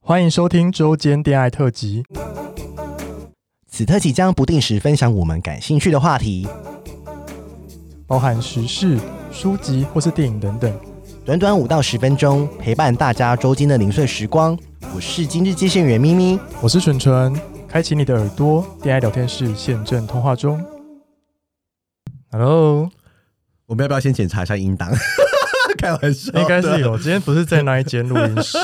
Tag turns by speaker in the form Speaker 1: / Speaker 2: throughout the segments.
Speaker 1: 欢迎收听周间恋爱特辑。
Speaker 2: 此特辑将不定时分享我们感兴趣的话题，
Speaker 1: 包含时事、书籍或是电影等等。
Speaker 2: 短短五到十分钟，陪伴大家周间的零碎时光。我是今日接线员咪咪，
Speaker 1: 我是纯纯，开启你的耳朵，恋爱聊天室现正通话中。Hello，
Speaker 2: 我们要不要先检查一下音档？ 开玩笑的，
Speaker 1: 应该是有，今天不是在那一间录音室，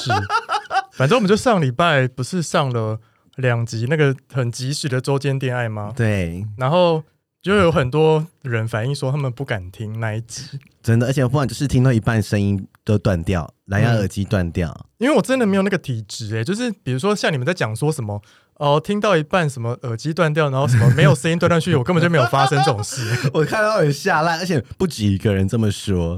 Speaker 1: 反正我们就上礼拜不是上了两集那个很及时的周间恋爱吗？
Speaker 2: 对，
Speaker 1: 然后就有很多人反映说他们不敢听那一集，
Speaker 2: 真的，而且不然就是听到一半声音都断掉，蓝牙耳机断掉。
Speaker 1: 因为我真的没有那个体质诶、就是比如说像你们在讲说什么哦、听到一半什么耳机断掉，然后什么没有声音断断续续，我根本就没有发生这种事。
Speaker 2: 我看到很下烂，而且不止一个人这么说。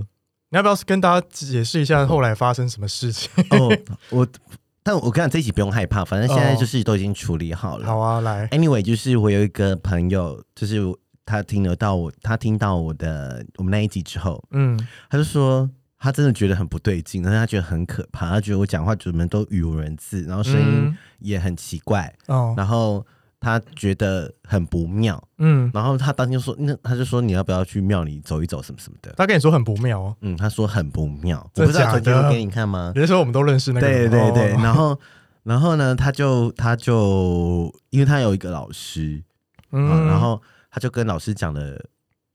Speaker 1: 你要不要跟大家解释一下后来发生什么事情？
Speaker 2: 哦，我，但我看这一集不用害怕，反正现在就是都已经处理 好了。
Speaker 1: 好啊，来，
Speaker 2: Anyway，就是我有一个朋友，就是他听得到我，他听到我的我们那一集之后，
Speaker 1: 嗯，
Speaker 2: 他就说他真的觉得很不对劲，但是他觉得很可怕，他觉得我讲话怎么都语无伦次，然后声音
Speaker 1: 嗯
Speaker 2: 也很奇怪，
Speaker 1: 哦，
Speaker 2: 然后他觉得很不妙，
Speaker 1: 嗯，
Speaker 2: 然后他当天就说，那他就说你要不要去庙里走一走什么什么的，
Speaker 1: 他跟你说很不妙哦，
Speaker 2: 嗯，他说很不妙，
Speaker 1: 真
Speaker 2: 我不
Speaker 1: 的
Speaker 2: 知道昨天
Speaker 1: 假的
Speaker 2: 有给你 看吗？
Speaker 1: 那时候我们都认识那个
Speaker 2: 对
Speaker 1: 人，
Speaker 2: 对对，
Speaker 1: 哦
Speaker 2: 然后然后呢，他就他就因为他有一个老师，嗯，
Speaker 1: 嗯，
Speaker 2: 然，后他就跟老师讲了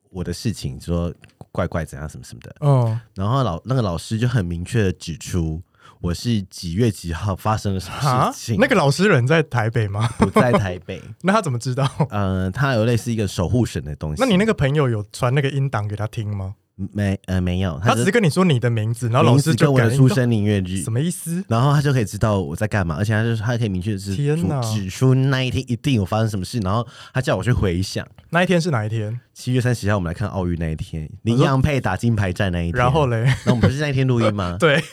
Speaker 2: 我的事情，说怪怪怎样什么什么的，
Speaker 1: 哦，
Speaker 2: 然后老那个老师就很明确的指出我是几月几号发生了什么
Speaker 1: 哈
Speaker 2: 事情，，
Speaker 1: 那个老师人在台北吗？
Speaker 2: 不在台北，
Speaker 1: 那他怎么知道？
Speaker 2: 呃，他有类似一个守护神的东西。
Speaker 1: 那你那个朋友有传那个音档给他听吗？
Speaker 2: 没呃没有，
Speaker 1: 他只是
Speaker 2: 是
Speaker 1: 跟你说你的名字，然后老师
Speaker 2: 名字跟
Speaker 1: 就
Speaker 2: 我
Speaker 1: 改
Speaker 2: 的出生年月日
Speaker 1: 什。么意思？
Speaker 2: 然后他就可以知道我在干嘛，而且他就是他可以明确的指
Speaker 1: 天哪
Speaker 2: 出指出那一天一定有发生什么事，然后他叫我去回想
Speaker 1: 那一天是哪一天？
Speaker 2: 七月三十号我们来看奥运那一天，
Speaker 1: 说
Speaker 2: 林洋配打金牌战那一天，
Speaker 1: 然后嘞，
Speaker 2: 那我们不是那一天录音吗？
Speaker 1: 对，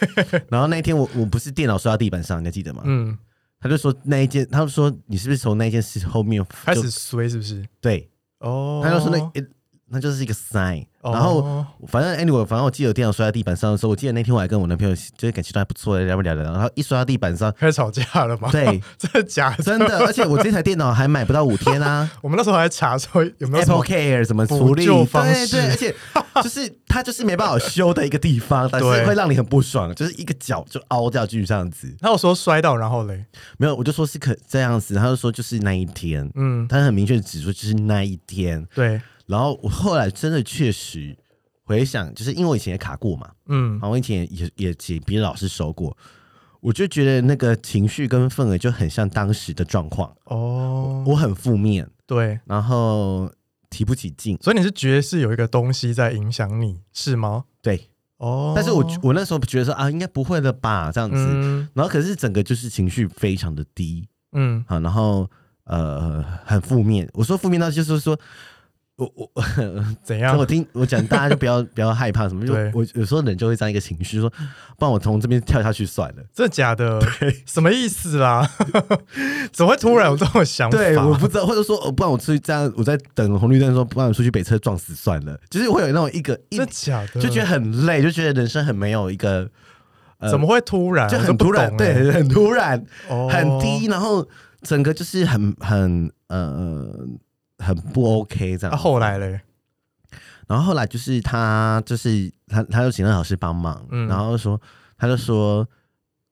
Speaker 2: 然后那一天我我不是电脑摔到地板上，你还记得吗？
Speaker 1: 嗯，
Speaker 2: 他就说那一件，他就说你是不是从那件事后面
Speaker 1: 开
Speaker 2: 就
Speaker 1: 始衰是不是？
Speaker 2: 对？
Speaker 1: 哦，
Speaker 2: 他就说那、诶那就是一个 sign，、
Speaker 1: 哦
Speaker 2: 然后反正 anyway，反正我记得我电脑摔在地板上的时候，我记得那天我还跟我男朋友就是感情都还不错，聊不聊的，然后一摔到地 板上，
Speaker 1: 开始吵架了吗？，
Speaker 2: 对，
Speaker 1: 真的假的？
Speaker 2: 真的，而且我这台电脑还买不到五天啊
Speaker 1: 我们那时候还查说有没有什么
Speaker 2: ，Apple Care 怎么 处理？
Speaker 1: 补救方式
Speaker 2: 对对，而且就是它就是没办法修的一个地方，但是
Speaker 1: 对
Speaker 2: 会让你很不爽，就是一个脚就凹掉去这样子。
Speaker 1: 他有说摔到，然后嘞，
Speaker 2: 没有，我就说是可这样子，他就说就是那一天，
Speaker 1: 嗯，
Speaker 2: 他很明确地指出就是那一天，
Speaker 1: 对，
Speaker 2: 然后我后来真的确实回想，就是因为我以前也卡过嘛，
Speaker 1: 嗯
Speaker 2: 然，后我以前也也也别的老师收过，我就觉得那个情绪跟氛围就很像当时的状况，
Speaker 1: 哦，
Speaker 2: 我很负面，
Speaker 1: 对，
Speaker 2: 然后提不起劲，
Speaker 1: 所以你是觉得是有一个东西在影响你，是吗？
Speaker 2: 对。
Speaker 1: 哦，
Speaker 2: 但是我我那时候觉得说啊，应该不会了吧，这样子。
Speaker 1: 嗯
Speaker 2: 然后可是整个就是情绪非常的低
Speaker 1: 嗯
Speaker 2: 啊，然后呃很负面。我说负面到就是说。我我
Speaker 1: 怎
Speaker 2: 跟
Speaker 1: 样
Speaker 2: 我？听我讲，大家就不要不要害怕什么，就
Speaker 1: 对
Speaker 2: 我有时候人就会这样一个情绪，说，不然我从这边跳下去算了。
Speaker 1: 真的假 的？什么意思啦？ 怎么会突然有这种想法？
Speaker 2: 对，我不知道，或者说，呃不然我出去这样，我在等红绿灯的时候，不然我出去北车撞死算了。就是会有那种一个一
Speaker 1: 真的假的？
Speaker 2: 就觉得很累，就觉得人生很没有一个，呃
Speaker 1: 怎么会突然？
Speaker 2: 就
Speaker 1: 我
Speaker 2: 很
Speaker 1: 不
Speaker 2: 突然，
Speaker 1: 懂欸
Speaker 2: 对，很突然。
Speaker 1: 哦
Speaker 2: 很低，然后整个就是很很呃很不 OK 这样。
Speaker 1: 那、啊后来嘞，
Speaker 2: 然后后来就是他就是他他就请那老师帮忙，
Speaker 1: 嗯
Speaker 2: 然后说他就说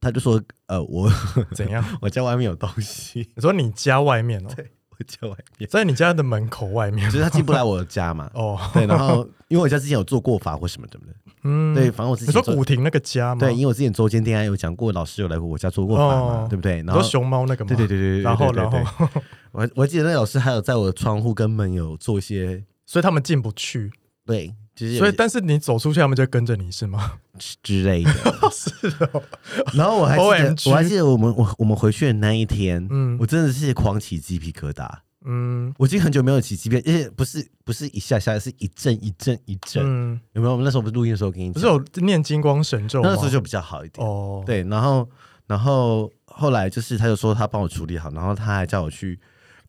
Speaker 2: 他就说呃我
Speaker 1: 怎样？
Speaker 2: 我家外面有东西，
Speaker 1: 你说你家外面哦，
Speaker 2: 我家外面
Speaker 1: 在你家的门口外面。
Speaker 2: 就是他进不来我家嘛
Speaker 1: 哦，
Speaker 2: 对，然后因为我家之前有做过法或什么的，
Speaker 1: 嗯，
Speaker 2: 对，，反正我之
Speaker 1: 你
Speaker 2: 前
Speaker 1: 说
Speaker 2: 做
Speaker 1: 古亭那个家吗？
Speaker 2: 对，因为我之前周间恋爱有讲过，老师有来过我家做过法嘛
Speaker 1: 哦，
Speaker 2: 对不对？
Speaker 1: 你
Speaker 2: 然后
Speaker 1: 说熊猫那个吗？
Speaker 2: 对对对对对，对
Speaker 1: 然后
Speaker 2: 对
Speaker 1: 然
Speaker 2: 对
Speaker 1: 后，
Speaker 2: 我还我还记得那老师还有在我的窗户跟门有做一些
Speaker 1: 所以他们进不去，
Speaker 2: 对，就是有
Speaker 1: 所以
Speaker 2: 一些
Speaker 1: 但是你走出去，他们就跟着你是吗？
Speaker 2: 之之类的。
Speaker 1: 是哦，
Speaker 2: 然后我还记
Speaker 1: OMG
Speaker 2: 得，我还记得我们我我们回去的那一天，
Speaker 1: 嗯
Speaker 2: 我真的是狂起鸡皮疙瘩。
Speaker 1: 嗯
Speaker 2: 我已经很久没有起鸡皮，而且不是不是一下下，是一阵一阵一阵。
Speaker 1: 嗯，
Speaker 2: 有没有？我们那时候不是录音的时候给你
Speaker 1: 不
Speaker 2: 讲，
Speaker 1: 是有念金光神咒吗？
Speaker 2: 那时候就比较好一点。
Speaker 1: 哦，，
Speaker 2: 对，然后然后后来就是他就说他帮我处理好，然后他还叫我去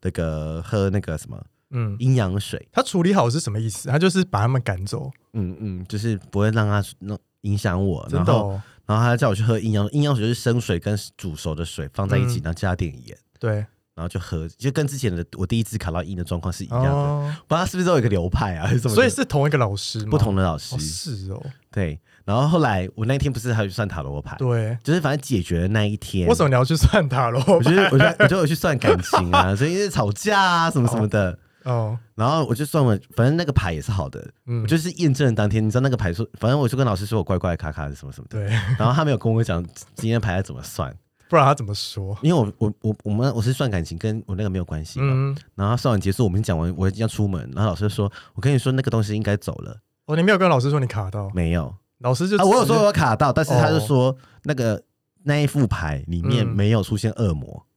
Speaker 2: 那个喝那个什么
Speaker 1: 嗯，
Speaker 2: 阴阳水，
Speaker 1: 他处理好是什么意思？他就是把他们赶走，
Speaker 2: 嗯嗯，就是不会让他弄影响我，
Speaker 1: 真
Speaker 2: 然
Speaker 1: 的、
Speaker 2: 后
Speaker 1: 哦，
Speaker 2: 然后他叫我去喝阴阳阴阳水，就是生水跟煮熟的水放在一起，
Speaker 1: 嗯
Speaker 2: 然后加点盐，
Speaker 1: 对，
Speaker 2: 然后就喝，就跟之前的我第一次卡到阴的状况是一样的。
Speaker 1: 哦，
Speaker 2: 不知道是不是都有一个流派啊，还是 怎么的？
Speaker 1: 所以是同一个老师吗？
Speaker 2: 不同的老师
Speaker 1: 哦，是哦，
Speaker 2: 对。然后后来我那一天不是还有去算塔罗牌，
Speaker 1: 对，
Speaker 2: 就是反正解决的那一天，
Speaker 1: 为什么你要去算塔罗
Speaker 2: 我就是我就我就有去算感 情啊，所以因为吵架啊什么什么的。
Speaker 1: 哦，
Speaker 2: 然后我就算了，反正那个牌也是好的，
Speaker 1: 嗯
Speaker 2: 我就是验证当天，你知道那个牌说，反正我就跟老师说我怪怪卡卡的什 么什么的，
Speaker 1: 对，
Speaker 2: 然后他没有跟我讲今天牌要怎么算，
Speaker 1: 不然他怎么说？
Speaker 2: 因为我我我我们我是算感情，跟我那个没有关系嘛。
Speaker 1: 嗯，
Speaker 2: 然后算完结束，我们讲完我要出门，然后老师就说，我跟你说那个东西应该走了，
Speaker 1: 哦，你没有跟老师说你卡到，
Speaker 2: 没有，
Speaker 1: 老师就
Speaker 2: 啊，我有
Speaker 1: 直
Speaker 2: 说我
Speaker 1: 接
Speaker 2: 有卡到，但是他就
Speaker 1: 哦
Speaker 2: 说那个那一副牌里面
Speaker 1: 嗯
Speaker 2: 没有出现恶魔，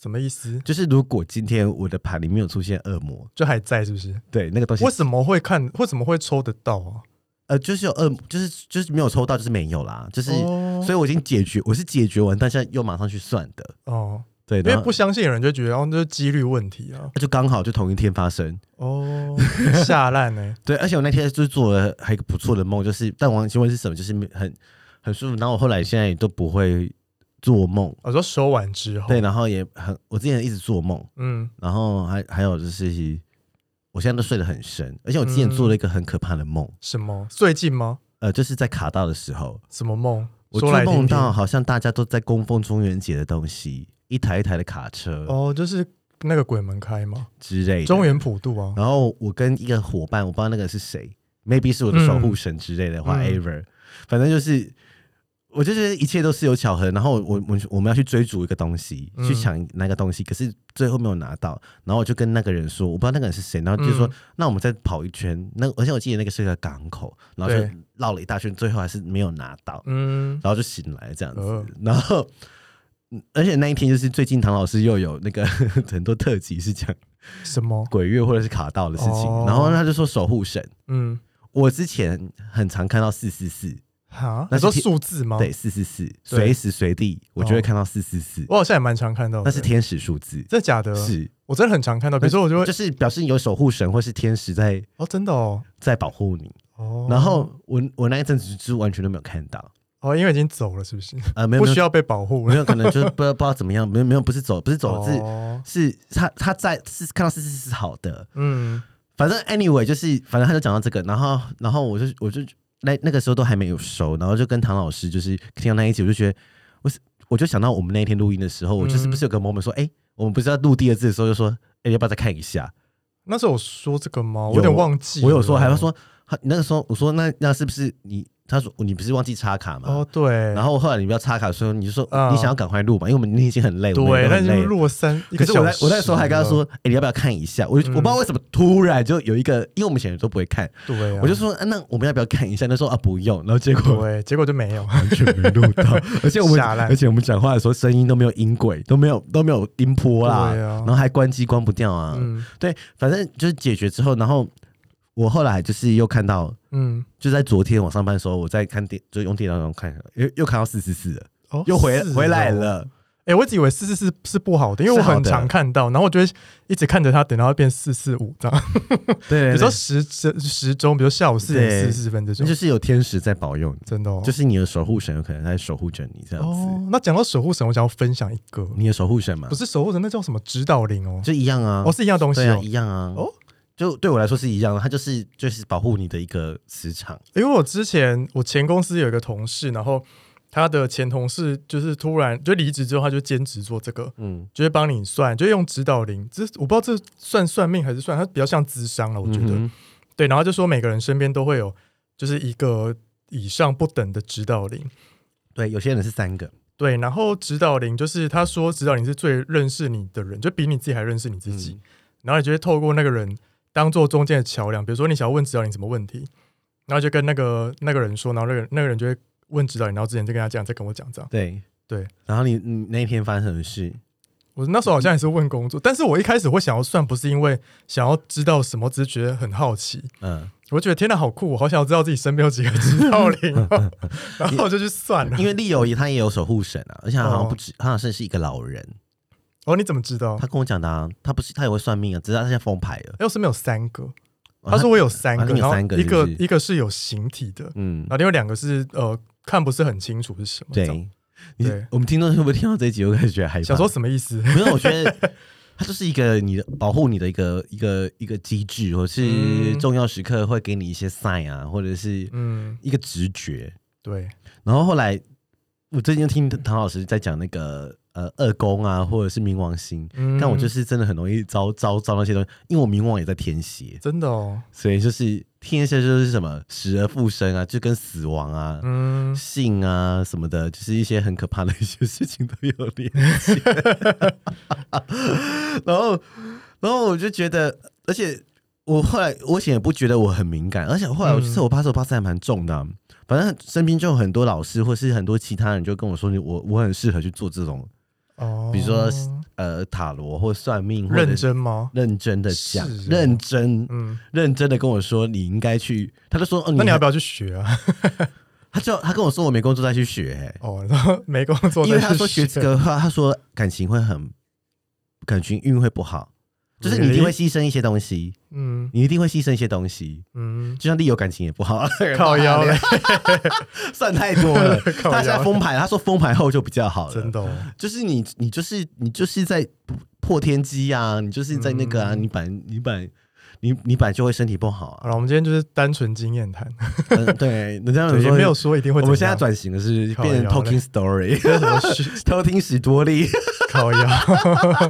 Speaker 1: 什么意思？
Speaker 2: 就是如果今天我的牌里面有出现恶魔，
Speaker 1: 就还在是不是？
Speaker 2: 对那个东西
Speaker 1: 为，什么会看？为什么会抽得到啊？
Speaker 2: 呃，就是有恶魔，就是就是没有抽到，就是没有啦，就是、
Speaker 1: 哦
Speaker 2: 所以我已经解决，我是解决完，但是又马上去算的，
Speaker 1: 哦，
Speaker 2: 对，
Speaker 1: 因为
Speaker 2: 然后
Speaker 1: 不相信的人就觉得，哦，那就是几率问题啊。
Speaker 2: 就刚好就同一天发生，
Speaker 1: 哦，吓烂欸呢。
Speaker 2: 对，而且我那天就是做了还有一个不错的梦，就是但忘记问是什么，就是很很舒服，然后我后来现在也都不会做梦，
Speaker 1: 我哦说收完之后，
Speaker 2: 对，然后也很我之前一直做梦。
Speaker 1: 嗯，
Speaker 2: 然后还还有就是，我现在都睡得很深，而且我之前
Speaker 1: 嗯
Speaker 2: 做了一个很可怕的梦，
Speaker 1: 什么？最近吗？
Speaker 2: 呃，就是在卡到的时候，
Speaker 1: 什么梦？
Speaker 2: 我
Speaker 1: 说
Speaker 2: 做
Speaker 1: 来听
Speaker 2: 梦
Speaker 1: 听
Speaker 2: 到好像大家都在供奉中元节的东西，一台一台的卡车
Speaker 1: 哦，就是那个鬼门开嘛，
Speaker 2: 之类的。
Speaker 1: 中原普渡啊。
Speaker 2: 然后我跟一个伙伴，我不知道那个是谁，maybe 是我的守护神之类的
Speaker 1: 嗯
Speaker 2: ，whatever，、反正就是。我就觉得一切都是有巧合，然后我我我们要去追逐一个东西，
Speaker 1: 嗯
Speaker 2: 去抢那个东西，可是最后没有拿到，然后我就跟那个人说，我不知道那个人是谁，然后就说、
Speaker 1: 嗯
Speaker 2: 那我们再跑一圈，那而且我记得那个是个港口，然后
Speaker 1: 对
Speaker 2: 就绕了一大圈，最后还是没有拿到，
Speaker 1: 嗯，
Speaker 2: 然后就醒来这样子，
Speaker 1: 呃
Speaker 2: 然后嗯而且那一天就是最近唐老师又有那个 很多特辑是讲
Speaker 1: 什么？
Speaker 2: 鬼月或者是卡到的事情，
Speaker 1: 哦
Speaker 2: 然后他就说守护神。
Speaker 1: 嗯，
Speaker 2: 我之前很常看到四四四，
Speaker 1: 哈，
Speaker 2: 那
Speaker 1: 你
Speaker 2: 是
Speaker 1: 说
Speaker 2: 天
Speaker 1: 数字吗？
Speaker 2: 对，四四四，随时随地我就会看到四四四，
Speaker 1: 我好像也蛮常看到的。
Speaker 2: 那是天使数字，
Speaker 1: 真的假的？
Speaker 2: 是，
Speaker 1: 我真的很常看到。比如说，我就会
Speaker 2: 就是表示有守护神或是天使在
Speaker 1: 哦，真的哦，
Speaker 2: 在保护你。
Speaker 1: 哦，
Speaker 2: 然后我我那一阵子就是完全都没有看到，
Speaker 1: 哦，因为已经走了，是不是？
Speaker 2: 呃，没有
Speaker 1: 不
Speaker 2: 没
Speaker 1: 需
Speaker 2: 有
Speaker 1: 要被保护
Speaker 2: 没
Speaker 1: 了。
Speaker 2: 有可能就是不知道不知道怎么样，没有没有不是走不是走是。
Speaker 1: 哦，
Speaker 2: 是他，他在是看到四四四是好的，
Speaker 1: 嗯，
Speaker 2: 反正 anyway 就是，反正他就讲到这个，然后然后我就我就那那个时候都还没有熟，然后就跟唐老师就是听到那一集，我就觉得我是我就想到我们那一天录音的时候，我就是
Speaker 1: 嗯
Speaker 2: 不是有个 moment 说，哎、我们不是要录第二次的时候就说，哎、要不要再看一下？
Speaker 1: 那时候我说这个吗？我
Speaker 2: 有
Speaker 1: 有点忘记了。
Speaker 2: 我有说还要说，他那个时候我说那那是不是你？他说你不是忘记插卡吗？
Speaker 1: 哦，对，
Speaker 2: 然后后来你不要插卡的时候，你就说、
Speaker 1: 嗯
Speaker 2: 你想要赶快录嘛，因为我们你已经很累，我们
Speaker 1: 对，
Speaker 2: 也都
Speaker 1: 那已
Speaker 2: 很累
Speaker 1: 经。录了三一
Speaker 2: 可
Speaker 1: 个
Speaker 2: 是
Speaker 1: 小
Speaker 2: 我那
Speaker 1: 时。
Speaker 2: 我那时候还跟他说，，哎、你要不要看一下？我就、我不知道
Speaker 1: 嗯
Speaker 2: 为什么突然就有一个，因为我们以前都不会看，
Speaker 1: 对啊，
Speaker 2: 我就说、啊那我们要不要看一下？他说啊，不用。然后结 果
Speaker 1: 对，结果就没有。
Speaker 2: 完全没录到，而且我们
Speaker 1: 吓烂
Speaker 2: 而且我们讲话的时候声音都没有音轨，都没有都没有音波啦，
Speaker 1: 对啊
Speaker 2: 然后还关机关不掉啊。
Speaker 1: 嗯
Speaker 2: 对，反正就是解决之后，然后我后来就是又看到，
Speaker 1: 嗯，
Speaker 2: 就在昨天我上班的时候，我在看电，就用电脑上看，又又看到四四四了，
Speaker 1: 哦，
Speaker 2: 又回、
Speaker 1: 是哦
Speaker 2: 回来。了。
Speaker 1: 哎，我一直以为四四四是不好的，因为我
Speaker 2: 是好
Speaker 1: 很
Speaker 2: 的
Speaker 1: 常看到，然后我就会一直看着它，等到它变四四五这样。
Speaker 2: 对
Speaker 1: 比如
Speaker 2: 对
Speaker 1: 说
Speaker 2: 对
Speaker 1: 时时时钟，比如下午四点四
Speaker 2: 对
Speaker 1: 十四分这种
Speaker 2: 那就，是有天使在保佑你，
Speaker 1: 真的哦
Speaker 2: 就是你的守护神有可能在守护着你这样子。
Speaker 1: 哦。那讲到守护神，我想要分享一个，
Speaker 2: 你的守护神嘛
Speaker 1: 不，是守护神，那叫什么指导灵哦，
Speaker 2: 就一样啊。
Speaker 1: 哦是一样东西
Speaker 2: 对啊，
Speaker 1: 哦。
Speaker 2: 一样啊。
Speaker 1: 哦
Speaker 2: 哦，就对我来说是一样的，它就是就是保护你的一个磁场。
Speaker 1: 因为我之前我前公司有一个同事，然后他的前同事就是突然就离职之后，他就兼职做这个，
Speaker 2: 嗯，
Speaker 1: 就是帮你算，就是用指导灵，这我不知道这算算命还是算，它比较像智商了，我觉得。
Speaker 2: 嗯哼
Speaker 1: 对，然后就说每个人身边都会有就是一个以上不等的指导灵。
Speaker 2: 对，有些人是三个。
Speaker 1: 对，然后指导灵就是他说指导灵是最认识你的人，就比你自己还认识你自己。
Speaker 2: 嗯
Speaker 1: 然后你就会透过那个人当做中间的桥梁，比如说你想要问指导灵什么问题，然后就跟那个那个人说，然后那个人那个人就会问指导灵，然后之前再跟他讲，再跟我讲这样。
Speaker 2: 对
Speaker 1: 对。
Speaker 2: 然后你你那一天发生什么事？
Speaker 1: 我那时候好像也是问工作，但是我一开始会想要算，不是因为想要知道什么，只是觉得很好奇。
Speaker 2: 嗯，
Speaker 1: 我觉得天哪，好酷！我哦好想要知道自己身边有几个指导灵、 哦，然后我就去算了。
Speaker 2: 因为丽友他也有守护神啊，而且他好
Speaker 1: 哦
Speaker 2: 像不止，他好像是一个老人。
Speaker 1: 哦，你怎么知道？
Speaker 2: 他跟我讲的啊，他不是他也会算命啊，只是他现在封牌了。
Speaker 1: 哎，我身边有三个，
Speaker 2: 哦
Speaker 1: 他说我有三个，
Speaker 2: 啊那你有
Speaker 1: 然后
Speaker 2: 三个
Speaker 1: 一个
Speaker 2: 是不是
Speaker 1: 一个是有形体的，
Speaker 2: 嗯
Speaker 1: 然，后另外两个是呃看不是很清楚是什么。这样，
Speaker 2: 对，你
Speaker 1: 对
Speaker 2: 我们听众会不会听到这一集又开始觉得害怕？
Speaker 1: 想说什么意思？
Speaker 2: 没有，我觉得它就是一个你的保护你的一个一个一个机制，或是
Speaker 1: 嗯
Speaker 2: 重要时刻会给你一些 sign 啊，或者是
Speaker 1: 嗯，
Speaker 2: 一个直觉。
Speaker 1: 对，
Speaker 2: 然后后来我最近听唐老师在讲那个呃二宫啊，或者是冥王星，
Speaker 1: 嗯，
Speaker 2: 但我就是真的很容易招招招那些东西，因为我冥王也在天蝎，
Speaker 1: 真的哦，
Speaker 2: 所以就是天蝎就是什么死而复生啊，就跟死亡啊。
Speaker 1: 嗯，
Speaker 2: 性啊什么的，就是一些很可怕的一些事情都有联系。然后，然后我就觉得，而且我后来我以前也不觉得我很敏感，而且后来我就是我八十我八字还蛮重的啊、反正身边就有很多老师或是很多其他人就跟我说，你我我很适合去做这种
Speaker 1: 哦，啊
Speaker 2: 比如说呃塔罗或算命，或者
Speaker 1: 认真吗？
Speaker 2: 认真的讲，
Speaker 1: 是哦
Speaker 2: 认真
Speaker 1: 嗯，
Speaker 2: 认真的跟我说你应该去，他就说哦，
Speaker 1: 那你要
Speaker 2: 还
Speaker 1: 不要去学啊？
Speaker 2: 他就他跟我说我没工作再去学、欸
Speaker 1: 哦，然后没工作，
Speaker 2: 因为
Speaker 1: 但
Speaker 2: 他
Speaker 1: 是
Speaker 2: 说学这个的话，他说感情会很，感情运会不好，就是你一定会
Speaker 1: Really？
Speaker 2: 牺牲一些东西，
Speaker 1: 嗯
Speaker 2: 你一定会牺牲一些东西。
Speaker 1: 嗯，
Speaker 2: 就像丽友感情也 不好，
Speaker 1: 靠腰嘞，
Speaker 2: 算太多了。
Speaker 1: 靠腰
Speaker 2: 他现在封牌，他说封牌后就比较好了。
Speaker 1: 真的哦，
Speaker 2: 就是你，你就是你就是在破天机啊，你就是在那个啊，
Speaker 1: 嗯
Speaker 2: 你本你本你你本来就会身体不好
Speaker 1: 好
Speaker 2: 啊。
Speaker 1: 了，我们今天就是单纯经验谈，
Speaker 2: 嗯对，人家有
Speaker 1: 对也
Speaker 2: 说
Speaker 1: 没有说一定会
Speaker 2: 我
Speaker 1: 怎样。
Speaker 2: 们现在转型的是
Speaker 1: 靠
Speaker 2: 变成
Speaker 1: 腰嘞
Speaker 2: talking story，
Speaker 1: 这是什 么虚
Speaker 2: 偷听史多利。
Speaker 1: 烤鸭，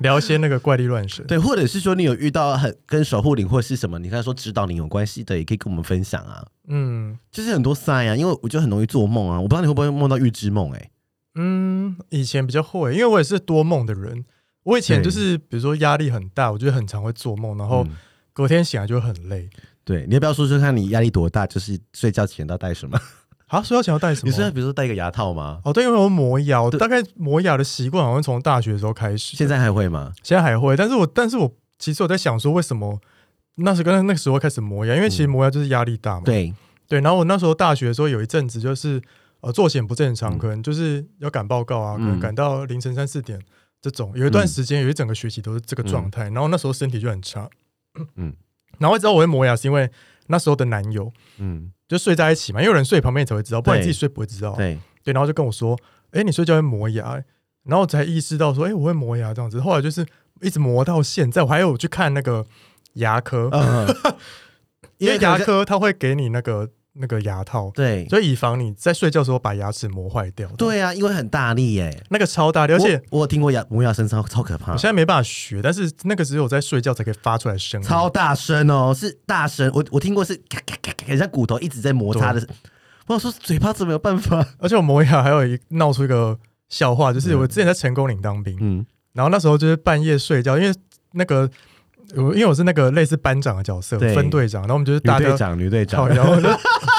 Speaker 1: 聊一些那个怪力乱神。
Speaker 2: 对，或者是说你有遇到很跟守护灵或是什么，你刚才说指导灵有关系的，也可以跟我们分享啊。
Speaker 1: 嗯
Speaker 2: 就是很多 sign 啊，因为我就很容易做梦啊，我不知道你会不会梦到预知梦、欸，哎，
Speaker 1: 嗯，以前比较会，因为我也是多梦的人。我以前就是，比如说压力很大，我就很常会做梦，然后
Speaker 2: 嗯
Speaker 1: 隔天醒来就会很累。
Speaker 2: 对，你要不要说说看你压力多大？就是睡觉前要带什么？哦
Speaker 1: 啊，睡觉前要带什
Speaker 2: 你
Speaker 1: 么？
Speaker 2: 是比如说带一个牙套吗？
Speaker 1: 哦，对，因为我磨牙，我
Speaker 2: 对
Speaker 1: 大概磨牙的习惯好像从大学的时候开始，
Speaker 2: 现在还会吗？
Speaker 1: 现在还会。但是我，但是我其实我在想说，为什么那时跟那个时候开始磨牙？因为其实磨牙就是压力大嘛。
Speaker 2: 嗯对，
Speaker 1: 对，然后我那时候大学的时候有一阵子就是呃作息很不正常，
Speaker 2: 嗯
Speaker 1: 可能就是要赶报告啊，可
Speaker 2: 嗯
Speaker 1: 能赶到凌晨三四点这种，有一段
Speaker 2: 嗯
Speaker 1: 时间、有一整个学期都是这个状态，然后那时候身体就很差，
Speaker 2: 嗯
Speaker 1: 嗯， 然后我知道我会磨牙是因为那时候的男友
Speaker 2: 嗯，
Speaker 1: 就睡在一起嘛，因为有人睡旁边你才会知道，不然你
Speaker 2: 对
Speaker 1: 自己睡不会知道啊，
Speaker 2: 对，
Speaker 1: 对，然后就跟我说，哎，你睡觉会磨牙、欸然后我才意识到说，哎，我会磨牙这样子，后来就是一直磨到现在，我还有去看那个牙科，
Speaker 2: 嗯，
Speaker 1: 因为
Speaker 2: 可能
Speaker 1: 牙
Speaker 2: 在
Speaker 1: 科他会给你那个那个牙套。
Speaker 2: 对
Speaker 1: 所以以防你在睡觉的时候把牙齿磨坏掉。，
Speaker 2: 对啊，因为很大力耶、
Speaker 1: 那个超大力，而且
Speaker 2: 我我有听过牙磨牙声超超可怕
Speaker 1: 我，现在没办法学，但是那个只有在睡觉才可以发出来声音。
Speaker 2: 超大声哦，是大声，我我听过是咔咔咔咔，很像骨头一直在摩擦的声。我想说嘴巴怎么有办法？
Speaker 1: 而且我磨牙还有一闹出一个笑话，就是我之前在成功岭当兵，
Speaker 2: 嗯，
Speaker 1: 然后那时候就是半夜睡觉，因为那个我因为我是那个类似班长的角色，
Speaker 2: 对
Speaker 1: 分队长，然后我们就是
Speaker 2: 女
Speaker 1: 大
Speaker 2: 队
Speaker 1: 家。
Speaker 2: 长，女队
Speaker 1: 靠
Speaker 2: 长，
Speaker 1: 然后 我就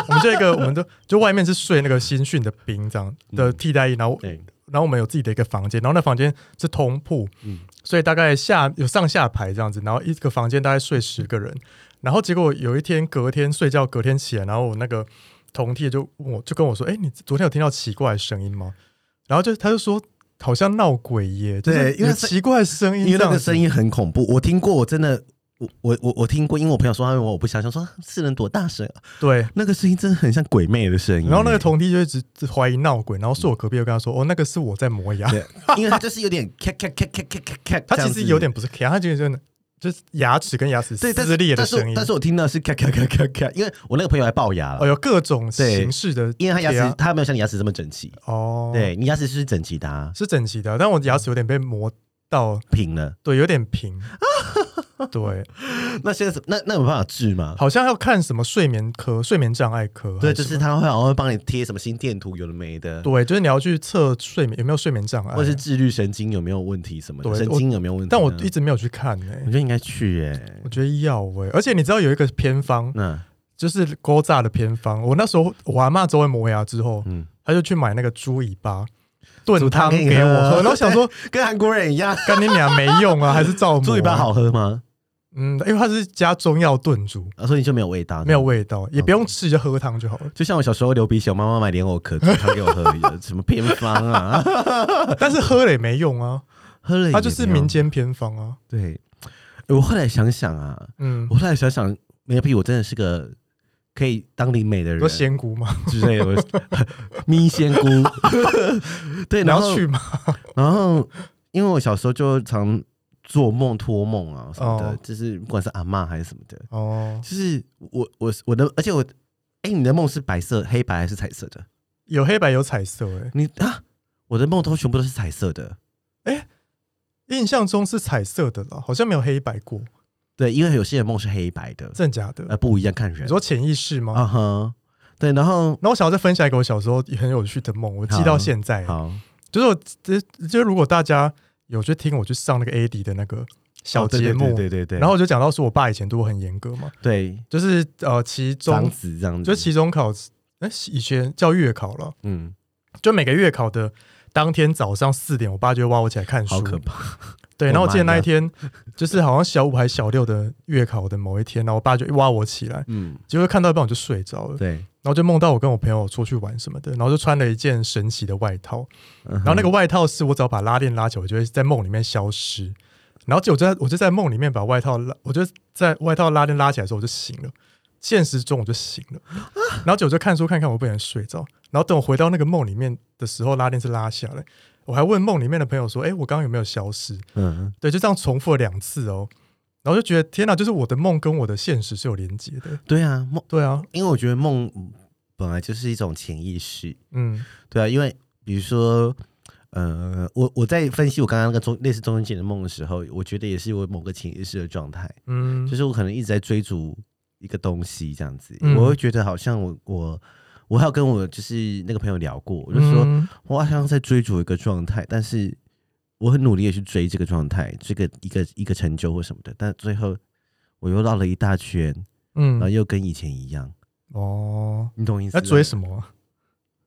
Speaker 1: 我们就一个，我们就就外面是睡那个新训的兵这样的替代役，然后
Speaker 2: 对，
Speaker 1: 然后我们有自己的一个房间，然后那房间是通铺，
Speaker 2: 嗯
Speaker 1: 所以大概下有上下排这样子，然后一个房间大概睡十个人，然后结果有一天隔天睡觉，隔天起来，然后我那个同梯就问我就跟我说，哎、你昨天有听到奇怪的声音吗？然后就他就说好像闹鬼耶，就是
Speaker 2: 对因为
Speaker 1: 有奇怪的声音这
Speaker 2: 因为
Speaker 1: 样子，
Speaker 2: 那个声音很恐怖，我听过，我真的，我我我我听过，因为我朋友说他们我不相信，我说是能多大声啊？
Speaker 1: 对。
Speaker 2: 那个声音真的很像鬼魅的声音。
Speaker 1: 然后那个同梯就一直怀疑闹鬼，然后是我隔壁就跟他说：“哦，那个是我在磨牙。
Speaker 2: 对，因为他就是有点咔咔咔咔咔咔咔，”
Speaker 1: 他
Speaker 2: 这样
Speaker 1: 其
Speaker 2: 子
Speaker 1: 实有点不是 K，他就是真的就是牙齿跟牙齿
Speaker 2: 对，但是
Speaker 1: 撕裂的
Speaker 2: 但是我
Speaker 1: 声音。
Speaker 2: 但是我听到的是咔咔咔咔咔，因为我那个朋友还龅牙
Speaker 1: 哦，
Speaker 2: 了，
Speaker 1: 有各种形式的
Speaker 2: 因为他牙
Speaker 1: 贴
Speaker 2: 齿
Speaker 1: 啊
Speaker 2: 他没有像你牙齿这么整齐，
Speaker 1: 哦，，
Speaker 2: 对你牙齿是整齐的啊，
Speaker 1: 是整齐的，但我牙齿有点被磨到，
Speaker 2: 平了。
Speaker 1: 对，有点 平，对，
Speaker 2: 那现在是那那有办法治吗？
Speaker 1: 好像要看什么睡眠科、睡眠障碍科，
Speaker 2: 对，
Speaker 1: 还
Speaker 2: 就是
Speaker 1: 什么
Speaker 2: 他会好像会帮你贴什么心电图，有的没的，
Speaker 1: 对，就是你要去测睡眠有没有睡眠障碍，
Speaker 2: 或是嗯自律神经有没有问题什么的，
Speaker 1: 哎对
Speaker 2: 神经有没有问题？
Speaker 1: 但我一直没有去看呢、欸
Speaker 2: 我觉得应该去耶、
Speaker 1: 我觉得要哎、而且你知道有一个偏方，
Speaker 2: 那
Speaker 1: 就是勾炸的偏方。我那时候我阿妈周围磨牙之后，
Speaker 2: 嗯
Speaker 1: 她就去买那个猪尾巴炖
Speaker 2: 煮汤
Speaker 1: 汤
Speaker 2: 给你
Speaker 1: 给我
Speaker 2: 喝
Speaker 1: 喝，然后我想说
Speaker 2: 跟韩国人一样，
Speaker 1: 干你娘没用 啊，还是照磨、啊。
Speaker 2: 猪尾巴好喝吗？
Speaker 1: 嗯，因为它是加中药炖煮，
Speaker 2: 啊所以就没有味道，
Speaker 1: 没有。味
Speaker 2: 嗯
Speaker 1: 道，也不用吃，就喝汤就好了。
Speaker 2: 就像我小时候流鼻血，我妈妈买莲 藕壳煮汤给我喝一样，什么偏方啊，
Speaker 1: 但是喝了也没用啊，
Speaker 2: 喝了也
Speaker 1: 它就是
Speaker 2: 没有
Speaker 1: 民间偏方啊。
Speaker 2: 对。我后来想想啊，
Speaker 1: 嗯
Speaker 2: 我，后来想想，maybe 我真的是个可以当灵媒
Speaker 1: 你
Speaker 2: 的人
Speaker 1: 说仙姑吗？
Speaker 2: 之类的，我 咪仙 姑。对，
Speaker 1: 你
Speaker 2: 然
Speaker 1: 要
Speaker 2: 后
Speaker 1: 去吗？
Speaker 2: 然后因为我小时候就常做梦、托梦啊什么的，
Speaker 1: 哦
Speaker 2: 就是不管是阿嬷还是什么的，
Speaker 1: 哦，
Speaker 2: 就是我我我的，而且我，哎、你的梦是白色、黑白还是彩色的？
Speaker 1: 有黑白有彩色、欸，
Speaker 2: 你啊，我的梦都全部都是彩色的。
Speaker 1: 印象中是彩色的啦，好像没有黑白过，
Speaker 2: 对，因为有些人梦是黑白的，
Speaker 1: 真的假的？
Speaker 2: 呃，不一样看
Speaker 1: 你
Speaker 2: 人。
Speaker 1: 说潜意识吗？
Speaker 2: 啊哈，对，然后
Speaker 1: 那我想要再分享一个我小时候也很有趣的梦，我记到现在、欸
Speaker 2: 好，
Speaker 1: 就是我这就是如果大家有去听我去上那个 AD 的那个小
Speaker 2: 哦对
Speaker 1: 节目，
Speaker 2: 对对对对，
Speaker 1: 然后我就讲到说我爸以前对我很严格嘛，
Speaker 2: 对
Speaker 1: 就是呃期
Speaker 2: 长
Speaker 1: 中
Speaker 2: 子这样子，
Speaker 1: 就期中考，哎、以前叫月考了，
Speaker 2: 嗯，
Speaker 1: 就每个月考的当天早上四点，我爸就会挖我起来看书，
Speaker 2: 好可怕，
Speaker 1: 对，然后我记得
Speaker 2: Oh my
Speaker 1: 那一天就是好像小五还是小六的月考的某一天，然后我爸就挖我起来，
Speaker 2: 嗯，
Speaker 1: 结果看到一半我就睡着了，
Speaker 2: 对，
Speaker 1: 然后就梦到我跟我朋友出去玩什么的，然后就穿了一件神奇的外套，
Speaker 2: 然
Speaker 1: 然后那个外套是我只要把拉链拉起来，我就会在梦里面消失。然后就我就在我就在梦里面把外套拉，我就在外套拉链拉起来的时候我就醒了，现实中我就醒了，然后就我就看书看看，我不小心睡着。然后等我回到那个梦里面的时候，拉链是拉下来，我还问梦里面的朋友说：“哎，我刚刚有没有消失
Speaker 2: 嗯，？”
Speaker 1: 对，就这样重复了两次哦。然后就觉得天哪，就是我的梦跟我的现实是有连接的。
Speaker 2: 对啊，梦，
Speaker 1: 对啊，
Speaker 2: 因为我觉得梦本来就是一种潜意识，
Speaker 1: 嗯
Speaker 2: 对啊，因为比如说，呃，我我在分析我刚刚那个中类似中间间的梦的时候，我觉得也是我某个潜意识的状态，
Speaker 1: 嗯，
Speaker 2: 就是我可能一直在追逐一个东西这样子，
Speaker 1: 嗯
Speaker 2: 我会觉得好像我我我还有跟我就是那个朋友聊过，我就说、
Speaker 1: 嗯
Speaker 2: 我好像在追逐一个状态，但是我很努力的去追这个状态，这个一个一个成就或什么的，但最后我又绕了一大圈，然后
Speaker 1: 嗯
Speaker 2: 又跟以前一样，
Speaker 1: 哦，
Speaker 2: 你懂意思
Speaker 1: 要
Speaker 2: 吗？
Speaker 1: 追什么啊？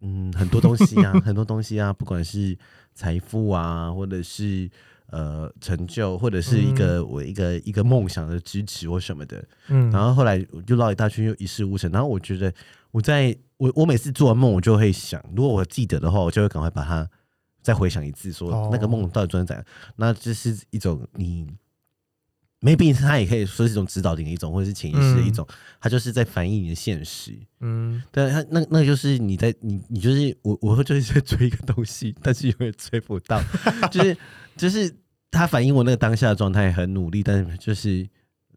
Speaker 2: 嗯，很多东西啊，很多东西啊，不管是财富啊，或者是呃成就，或者是一个、我一个一个梦想的支持或什么的。
Speaker 1: 嗯，
Speaker 2: 然后后来我就绕一大圈，又一事无成。然后我觉得我在我我每次做完梦，我就会想，如果我记得的话，我就会赶快把它再回想一次，
Speaker 1: 哦
Speaker 2: 说那个梦到底昨天怎样。那这是一种你。maybe 它也可以说是一种指导你的一种，或者是潜意识的一
Speaker 1: 嗯
Speaker 2: 种，它就是在反映你的现实。
Speaker 1: 嗯，
Speaker 2: 对，啊他那那就是你在你你就是我，我会就是在追一个东西，但是永远追不到， 就是就是他反映我那个当下的状态，很努力，但是就是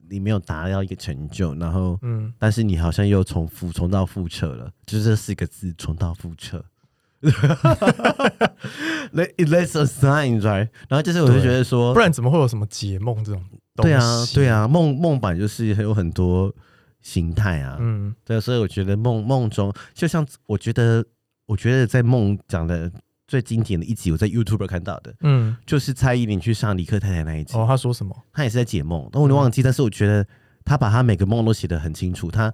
Speaker 2: 你没有达到一个成就，然后
Speaker 1: 嗯，
Speaker 2: 但是你好像又重复重蹈覆辙了，就是这四个字重蹈覆辙。Let- It lets a sign, right？然后就是我就觉得说，
Speaker 1: 不然怎么会有什么解梦这种东西？
Speaker 2: 哦对啊，对，啊，梦梦版就是有很多形态啊，
Speaker 1: 嗯
Speaker 2: 对，所以我觉得梦梦中，就像我觉得，我觉得在梦讲的最经典的一集，我在 YouTube 看到的，
Speaker 1: 嗯，
Speaker 2: 就是蔡依林去上李克太太那一集，
Speaker 1: 哦，他说什么？
Speaker 2: 她也是在解梦，但我有点忘记，但是我觉得她把她每个梦都写得很清楚，她。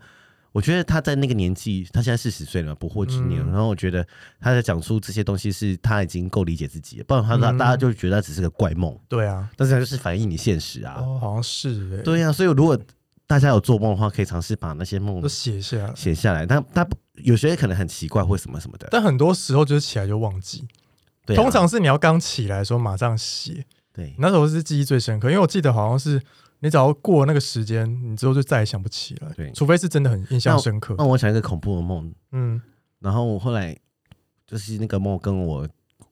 Speaker 2: 我觉得她在那个年纪，她现在四十岁了嘛，不惑之年。
Speaker 1: 嗯
Speaker 2: 然后我觉得她在讲述这些东西，是她已经够理解自己了，不然她大、
Speaker 1: 嗯
Speaker 2: 大家就觉得她只是个怪梦，
Speaker 1: 对啊，
Speaker 2: 但是她就是反映你现实啊。
Speaker 1: 哦，好像是哎，，
Speaker 2: 对呀、啊所以如果大家有做梦的话，可以尝试把那些梦
Speaker 1: 都写下来。
Speaker 2: 写下来，但他有些可能很奇怪或什么什么的。
Speaker 1: 但很多时候就是起来就忘记，
Speaker 2: 对啊、
Speaker 1: 通常是你要刚起来的时候马上写，
Speaker 2: 对
Speaker 1: 那时候是记忆最深刻，因为我记得好像是你只要过那个时间，你之后就再也想不起来，
Speaker 2: 对
Speaker 1: 除非是真的很印象深刻
Speaker 2: 那。我想一个恐怖的梦，
Speaker 1: 嗯，
Speaker 2: 然后我后来就是那个梦跟我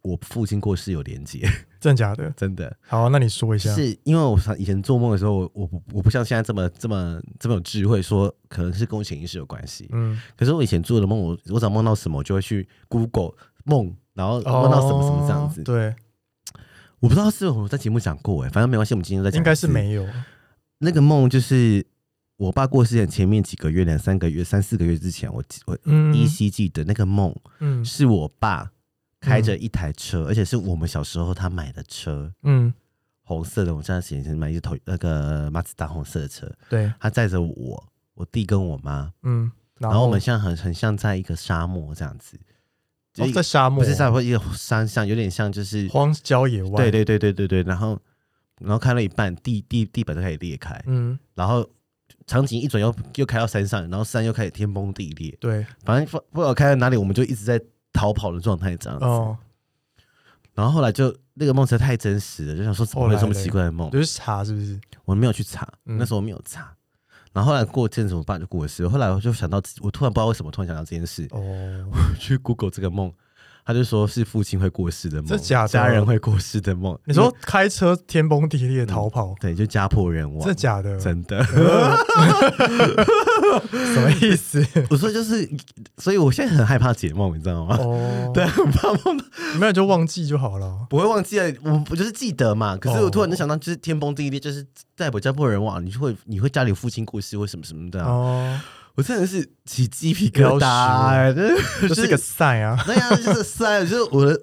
Speaker 2: 我父亲过世有连接，
Speaker 1: 真的假的？
Speaker 2: 真的
Speaker 1: 好，那你说一下。
Speaker 2: 是因为我常以前做梦的时候，我我不我不像现在这么这么这么有智慧，说可能是跟我潜意识有关系。
Speaker 1: 嗯，
Speaker 2: 可是我以前做的梦，我我只要梦到什么，我就会去 Google 梦，然后梦到什么什么这样子。
Speaker 1: 哦对，
Speaker 2: 我不知道是不是我在节目讲过哎、反正没关系，我们今天再讲一次。
Speaker 1: 应该是没有。
Speaker 2: 那个梦就是我爸过世前前面几个月、两三个月、三四个月之前，我记我
Speaker 1: 嗯
Speaker 2: 依稀记得那个梦
Speaker 1: 嗯
Speaker 2: 是我爸开着一台车，而且是我们小时候他买的车，
Speaker 1: 嗯，
Speaker 2: 红色的。我家以前买一头那个马自达红色的车，
Speaker 1: 对，
Speaker 2: 他载着我、我弟跟我妈，
Speaker 1: 嗯，然
Speaker 2: 然后我们像很很像在一个沙漠这样子，就
Speaker 1: 哦
Speaker 2: 一个
Speaker 1: 在沙漠，
Speaker 2: 不是沙漠，一个山上，有点像就是
Speaker 1: 荒郊野外。
Speaker 2: 对，对对对对对，然后然后开了一半，地地地板都开始裂开，
Speaker 1: 嗯，
Speaker 2: 然后场景一转又又开到山上，然后山又开始天崩地裂，
Speaker 1: 对，
Speaker 2: 反正不不知道开到哪里，我们就一直在逃跑的状态这样子。
Speaker 1: 哦，
Speaker 2: 然后后来就那个梦实在太真实了，就想说怎么会有这么奇怪的梦
Speaker 1: 你？哦就是查是不是？
Speaker 2: 我没有去查，
Speaker 1: 嗯
Speaker 2: 那时候我没有查。然后后来过阵子，我爸就过世了。后来我就想到自己，我突然不知道为什么突然想到这件事，
Speaker 1: 哦，
Speaker 2: 去 Google 这个梦，他就说是父亲会过世的梦，
Speaker 1: 真假的
Speaker 2: 家人会过世的梦。
Speaker 1: 你说开车天崩地裂逃跑，
Speaker 2: 对，就家破人亡，
Speaker 1: 真的假的？
Speaker 2: 真的。
Speaker 1: 什么意思？
Speaker 2: 我说就是，所以我现在很害怕解梦，你知道吗？
Speaker 1: 哦，
Speaker 2: 对，，很怕梦到，
Speaker 1: 没有就忘记就好了。
Speaker 2: 不会忘记了。啊我我就是记得嘛，可是我
Speaker 1: 哦
Speaker 2: 突然就想到，就是天崩地裂，就是代表家破人啊亡，你就会你会家里有父亲过世或什么什么的啊、
Speaker 1: 哦，
Speaker 2: 我真的是起鸡皮疙瘩、
Speaker 1: 标
Speaker 2: 欸，真的
Speaker 1: 这是个赛啊，
Speaker 2: 对呀，就是塞，就是我的，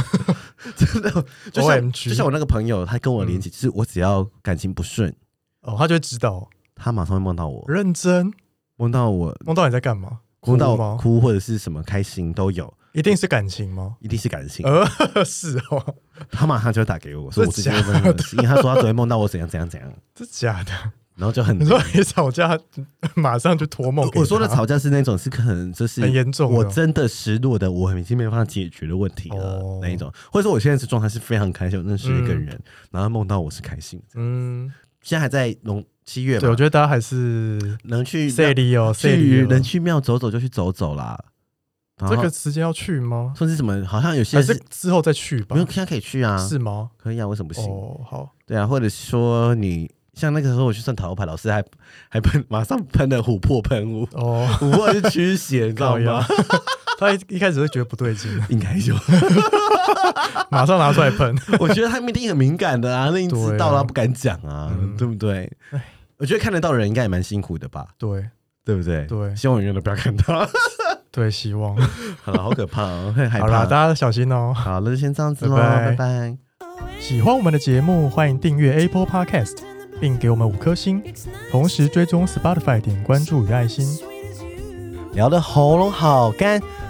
Speaker 2: 真的，就像
Speaker 1: OMG
Speaker 2: 就像我那个朋友，他跟我
Speaker 1: 嗯
Speaker 2: 连接，就是我只要感情不顺，
Speaker 1: 哦，他就会知道，
Speaker 2: 他马上会梦到我，
Speaker 1: 认真
Speaker 2: 梦到我，
Speaker 1: 梦到你在干嘛？
Speaker 2: 梦到
Speaker 1: 哭
Speaker 2: 我
Speaker 1: 吗
Speaker 2: 哭或者是什么开心都有，
Speaker 1: 一定是感情吗？
Speaker 2: 一定是感情。
Speaker 1: 呃，是哦，
Speaker 2: 他马上就会打给我，说我最近
Speaker 1: 真
Speaker 2: 在
Speaker 1: 假
Speaker 2: 梦到的事，因为他说他昨天梦到我怎样怎样怎样，
Speaker 1: 这假的。
Speaker 2: 然后就很
Speaker 1: 你。说你吵架，马上就托梦给他。
Speaker 2: 嗯我说的吵架是那种是可能就是
Speaker 1: 很严重的
Speaker 2: 我真的失落的，我已经没办法解决的问题了、
Speaker 1: 哦
Speaker 2: 那一种，或者说我现在是状态是非常开心，我认识了一个人，然后梦到我是开心的，
Speaker 1: 嗯，
Speaker 2: 现在还在农七月
Speaker 1: 对，
Speaker 2: 嘛
Speaker 1: 我，觉得大家还是
Speaker 2: 能去
Speaker 1: 赛里哦，赛里
Speaker 2: 去啊
Speaker 1: 哦
Speaker 2: 能去庙走走就去走走啦。然
Speaker 1: 这
Speaker 2: 后
Speaker 1: 个时间要去吗？
Speaker 2: 甚至什么，好像有些
Speaker 1: 还是
Speaker 2: 是
Speaker 1: 之后再去吧
Speaker 2: 没有，？现在可以去啊，
Speaker 1: 是吗？
Speaker 2: 可以啊，为什么不行？
Speaker 1: 哦，好，
Speaker 2: 对啊，或者说你像那个时候我去算塔罗牌，老师还还喷，马上喷了琥珀喷 雾，
Speaker 1: 哦，
Speaker 2: 琥珀是驱邪，你知道
Speaker 1: 高
Speaker 2: 吗
Speaker 1: 呀？。他一一开始会觉得不对劲，
Speaker 2: 应该有，
Speaker 1: 马上拿出来 喷。
Speaker 2: 我觉得他们一定很敏感的啊，那你知道
Speaker 1: 对
Speaker 2: 啦，
Speaker 1: 啊
Speaker 2: 不敢讲啊，
Speaker 1: 嗯
Speaker 2: 对不对
Speaker 1: 唉？
Speaker 2: 我觉得看得到人应该也蛮辛苦的吧，
Speaker 1: 对
Speaker 2: 对不对？
Speaker 1: 对
Speaker 2: 希望永远都不要看 到，
Speaker 1: 对，希望。
Speaker 2: 好了，好可怕哦，会 害
Speaker 1: 好啦，
Speaker 2: 怕。
Speaker 1: 大家小心哦。
Speaker 2: 好了，就先这样子喽，
Speaker 1: 拜拜
Speaker 2: 拜拜。
Speaker 1: 喜欢我们的节目，欢迎订阅 Apple Podcast，并给我们五颗星，同时追踪 Spotify 点关注与爱心。
Speaker 2: 聊的喉咙好干，